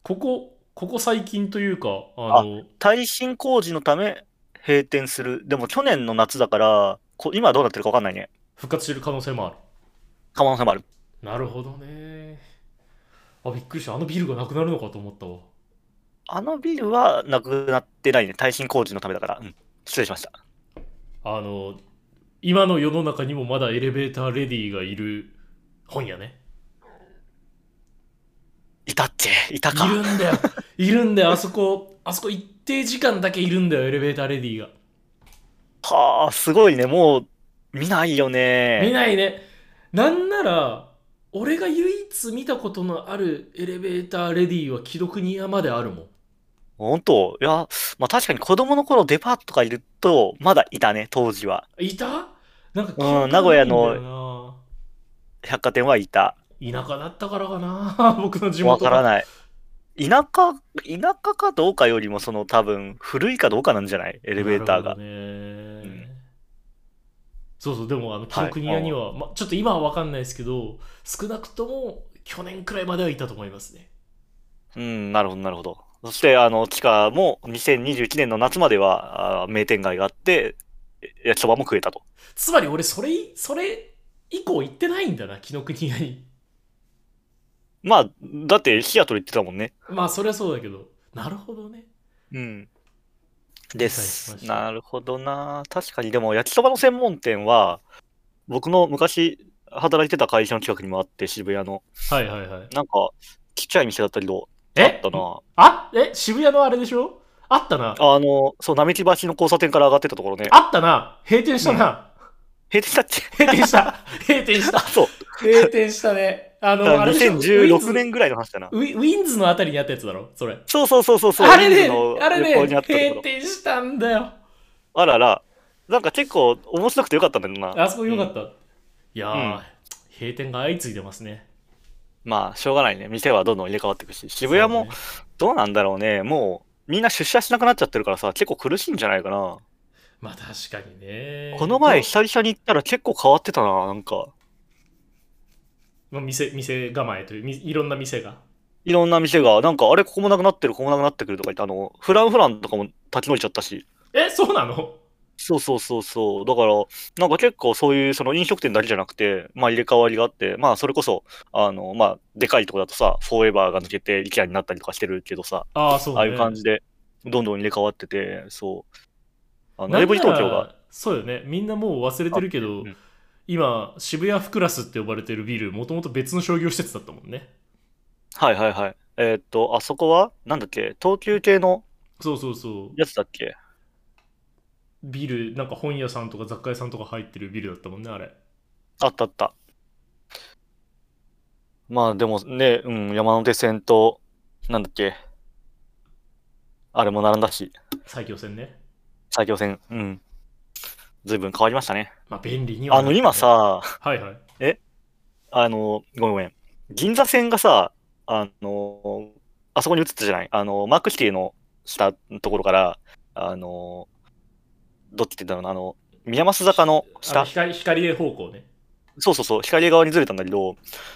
A: ここここ最近というかあの
B: 耐震工事のため閉店する。でも去年の夏だから、こ今どうなってるかわかんないね。
A: 復活してる可能性もある
B: 可能性もある。
A: なるほどねあびっくりしたあのビルがなくなるのかと思ったわ
B: あのビルはなくなってないね。耐震工事のためだから。うん。失礼しました。
A: あの今の世の中にもまだエレベーターレディーがいる本屋ね
B: いたっけいたか。
A: いるんだよいるんだよあそこあそこ一定時間だけいるんだよエレベーターレディーが
B: はあ、すごいね。もう、見ないよ
A: 見
B: ね。
A: ないねなんなら俺が唯一見たことのあるエレベーターレディーは既読に山であるもん
B: ほんと。いや、まあ確かに子供の頃デパートとかいると、まだいたね、当時は。い
A: いたなんか
B: うん名古屋の
A: の
B: 百貨店はいた。
A: 田舎だったからかな [laughs] 僕の地
B: わ
A: 元
B: から
A: い
B: ない。田舎、田舎かどうかよりも、その多分、古いかどうかなんじゃないエ
A: エ
B: レベーターが。
A: ね
B: ん
A: そうそうでもあの紀ノ国屋には、ま、ちょっと今は分かんないですけど少なくとも去年くらいまではいたと思いますね
B: うん、なるほど、なるほど。そして、あの、地下も2021年の夏までは、あー名店街があって、え焼きそばも食えたと。
A: つまり俺それいそれ以降行ってないんだな紀ノ国屋 [laughs] に
B: まあ、だって、シアトル行ってたもんね。
A: まあそれはそうだけどなるほどね
B: うん。で
A: 理解
B: す
A: し。ました
B: なるほどな。確かに、でも、焼きそばの専門店は、僕の昔働いてた会社の近くにもあって、渋谷の。
A: はいはいはい
B: なんか、ちっちゃい店だったけど、あ
A: え
B: ったな。
A: あえ渋谷のあれでしょあったなあ
B: あの、そう、並木橋の交差点から上がってったところね。
A: ったな閉店したな、
B: 閉店したっけ
A: [laughs] 閉店した閉店した
B: [laughs] あ、そう。
A: 閉店したねあ
B: だか
A: の、あ
B: ら
A: れでしょ
B: 2016年ぐらいの話だな。
A: ウィンズウィンズのあたりにあったやつだろそれ。
B: そうそうそうそうそう。
A: あれ
B: ウィン
A: ね
B: ズの、
A: あれ
B: 旅行
A: ね
B: にあ、ったとこ
A: 閉
B: ろ
A: 店したんだよ。
B: あらら。なんか結構面白くてよかったんだけどな。
A: あそこよかった。いやー、
B: うん
A: 閉店が相次いでますね。
B: まあ、しょうがないね。店はどんどん入れ替わっていくし、渋谷
A: そう
B: も
A: ね
B: どうなんだろうね。もう、みんな出社しなくなっちゃってるからさ、結構苦しいんじゃないかな。
A: まあ確かにね。
B: この前、
A: と
B: 久々に行ったら結構変わってたな、なんか。
A: まあ、店店構えという、みいろんな店が。
B: いろんな店が、なんか、あれ、ここもなくなってる、ここもなくなってくるとか言って、あの、フランフランとかも立ち退いちゃったし。
A: え、そうなの
B: そうそうそうそう。だから、なんか結構そういう、その飲食店だけじゃなくて、まあ入れ替わりがあって、まあそれこそ、あの、まあ、でかいとこだとさ、フォーエバーが抜けて、イケアになったりとかしてるけどさ、
A: ああ、そう、ね、
B: ああいう感じで、どんどん入れ替わってて、そう。
A: な
B: あの、
A: んなら
B: AV 東京が。
A: そうよねみんなもう忘れてるけど、
B: うん
A: 今渋谷フクラスって呼ばれてるビルもともと別の商業施設だったもんね
B: はいはいはい。えーっと、あそこは、なんだっけ、東急系の
A: そうそうそう
B: やつだっけ。
A: ビルなんか本屋さんとか雑貨屋さんとか入ってるビルだったもんねあれ
B: あったあった。まあでもね、うん、山手線と、なんだっけ、あれも並んだし。
A: 埼京線ね
B: 埼京線、うん。ずいぶん変わりましたね。
A: まあ便利には
B: あの、今
A: なっ
B: さ、
A: たねはいはい
B: あの、ごめんごめん。銀座線がさ、あの、あそこに移ったじゃないあの、マークシティの下のところから、あの、どっちって言ったのあの、宮益坂の
A: あの
B: 下、
A: 光光栄方向ね
B: そうそうそう、光側にずれたんだけど、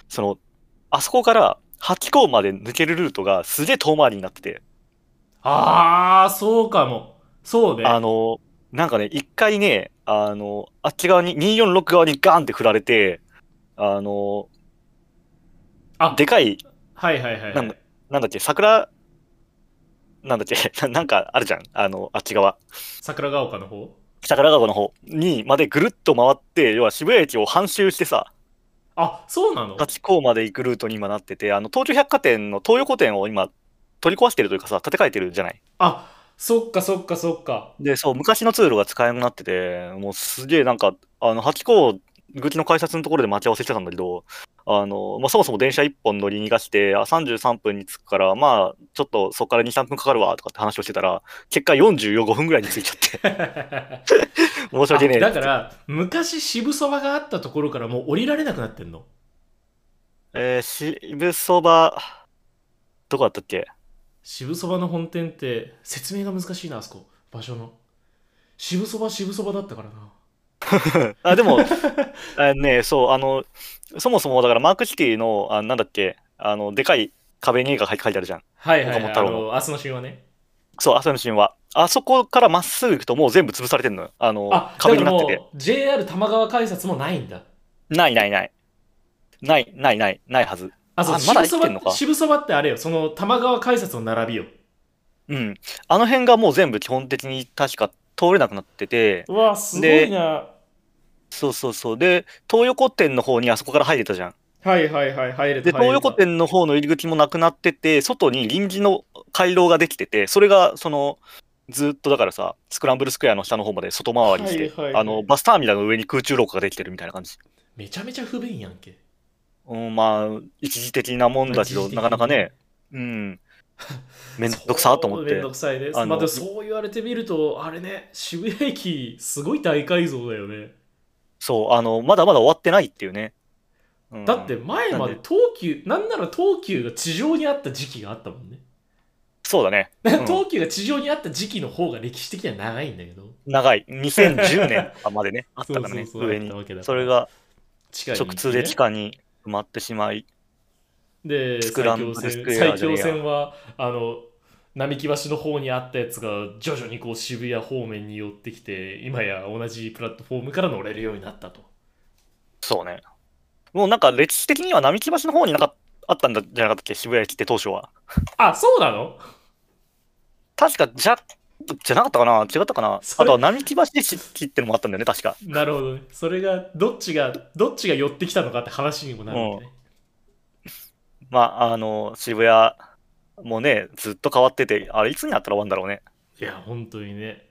B: その、あそこから八甲まで抜けるルートがすげえ遠回りになってて、
A: ああそうかもそうね
B: あの、なんかね、一回ね、あの、あっち側に、246側にガーンって振られて、あの、
A: あ
B: でかい、
A: はいはいはい、は
B: なんだ
A: い、
B: なんだっけ、桜、なんだっけ、 [laughs] ななんかあるじゃん、あの、あっち側、桜
A: 桜ヶ丘の方
B: 川湖の方にまでぐるっと回って、要は渋谷駅を半周してさ、
A: あそうなの
B: 八甲まで行くルートに今なってて、あの、東急百貨店の東横店を今、取り壊してるというかさ、建て替えてるじゃない。
A: あそっかそっかそっか
B: で、そう、昔の通路が使えなくなってて、もうすげえなんか、あの、八甲口の改札のところで待ち合わせしてたんだけど、あの、まあ、そもそも電車1本乗り逃がして、あ、33分に着くから、まあ、ちょっとそこから2、3分かかるわ、とかって話をしてたら、結果45分ぐらいに着いちゃって、
A: [laughs]
B: 申し訳ねえ。
A: だから昔渋そばがあったところからもう降りられなくなってんの
B: えー、渋そば、どこだったっけ
A: 渋そばの本店って説明が難しいなあそこ場所の渋そば渋そばだったからな
B: あ、
A: [laughs]
B: でも、あね、そう、あの、そもそもだからマークシティの、あ、なんだっけ、あの、でかい壁に絵が書いてあるじゃん。
A: はいはい、は
B: 岡
A: い、
B: 本
A: あ
B: 太郎の
A: の明日の神話ね
B: そう、朝の神話。あそこからまっすぐ行くともう全部潰されてんのよ。あの、
A: あだか
B: 壁に
A: ら
B: なっ
A: も
B: てて。
A: う JR 玉川改札もないんだ
B: ないないない。ないないない、ないはず。
A: あそう
B: あまだ
A: 渋そ
B: 生きてんの
A: ば
B: か
A: 渋そばってあれよその玉川改札の並びよ
B: うん。あの辺がもう全部基本的に確か通れなくなってて、
A: うわすご
B: で
A: いな
B: そうそうそう。で、東横店の方にあそこから入れたじゃん。
A: はいはいはい入れた
B: で、東横店の方の入り口もなくなってて、外に臨時の回廊ができてて、それが、その、ずっとだからさ、スクランブルスクエアの下の方まで外回りして、
A: はいはいはい
B: あの、バスターミナルの上に空中廊下ができてるみたいな感じ。
A: めちゃめちゃ不便やんけ
B: うん、まあ、一時的なもんだけど、なかなかね、
A: [laughs]
B: うん、めんどくさと思っ
A: そうめん
B: て
A: ど。くさいです
B: あの
A: まあでもそう言われてみるとあれね渋谷駅すごい大改造だよね
B: そう、あの、まだまだ終わってないっていうね。うん
A: だって、前まで東急なんなら東急が地上にあった時期があったもんね、
B: そうだね。うん
A: [laughs] 東急が地上にあった時期の方が歴史的には長いんだけど
B: 長い。2010年
A: [laughs]
B: とかまでね、あったからね、
A: そうそうそう
B: 上
A: あっ
B: に
A: たわけだ。から
B: それが
A: 近い道ね
B: 直通で地下に埋まってしまい、
A: で
B: ス
A: 最
B: クランブ
A: 強線
B: ルスクエ
A: 最
B: アじゃねえ
A: 強
B: や
A: 線はあの並木橋の方にあったやつが徐々にこう渋谷方面に寄ってきて今や同じプラットフォームから乗れるようになったと
B: そうね。もうなんか歴史的には並木橋の方になんかあったんだじゃなかったっけ、渋谷駅って当初は。
A: あそうなの
B: 確か、じゃ、じゃなかったかな違ったかなあ
A: それ
B: とは並木橋駅ってのもあったんだよね、確か。
A: [laughs] なるほどねそれがどっちがどっちが寄ってきたのかって話にもなるわけね
B: まあ、あの、渋谷もね、ずっと変わってて、あれ、いつになったら終わるんだろうね。
A: [laughs] いや本当にね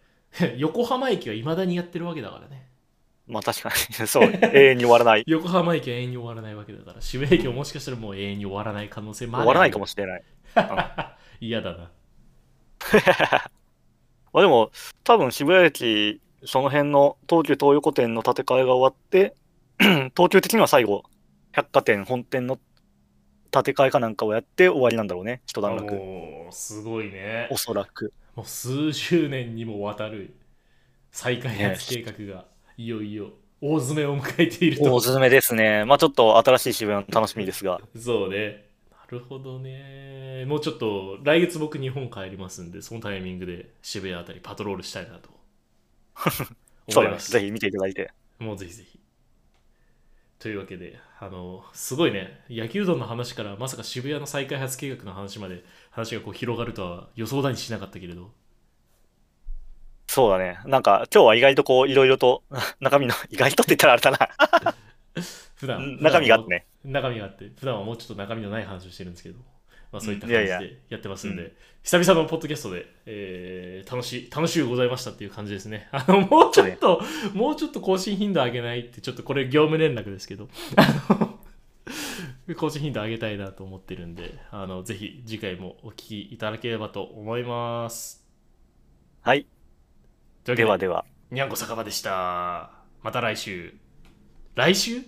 A: 横浜駅はいまだにやってるわけだからね
B: まあ確かに、 [laughs] そう、永遠に終わらない。
A: 横浜駅は永遠に終わらないわけだから、渋谷駅ももしかしたらもう永遠に終わらない可能性もある。
B: 終わらないかも
A: し
B: しれない。
A: れない。 [laughs] 嫌だな。
B: まあでも、多分渋谷駅、その辺の東急東横店の建て替えが終わって、 [clears throat] 東急的には最後、百貨店本店の建て替えかなんかをやって終わりなんだろうね、一段落。
A: もう、すごいね
B: お。そらく。
A: もう数十年にもわたる再開発計画が、いよいよ大詰めを迎えている
B: お
A: と。
B: すすめですね。まあちょっと新しい渋谷の楽しみですが。
A: そうね。なるほどね。もうちょっと、来月僕日本帰りますんで、そのタイミングで渋谷あたりパトロールしたい
B: [laughs]
A: なと。
B: そう
A: 思い
B: だね。
A: ます
B: ぜひ見ていただいて。
A: もうぜひぜひ。というわけで、あの、すごいね、野球道の話からまさか渋谷の再開発計画の話まで話がこう広がるとは予想だにしなかったけれど、
B: そうだね。なんか今日は意外とこういろいろと [laughs] 中身の、意外とって言ったらあれだな。
A: 普段
B: 中身があってね。
A: 中身があって、普段はもうちょっと中身のない話をしてるんですけど、まあそういった
B: うん
A: 感じ
B: いやい
A: でやってますんで、久々のポッドキャストで、えー楽しい、楽しゅうございましたっていう感じですね。 [laughs] あの、もうちょっと、もうちょっと更新頻度上げないって、ちょっとこれ業務連絡ですけど、 [laughs] あの、更新頻度上げたいなと思ってるんで、あの、ぜひ次回もお聞きいただければと思います。
B: はい。
A: という
B: で
A: わ
B: は
A: けで、
B: では。
A: にゃんこ酒場でした。また来週。来週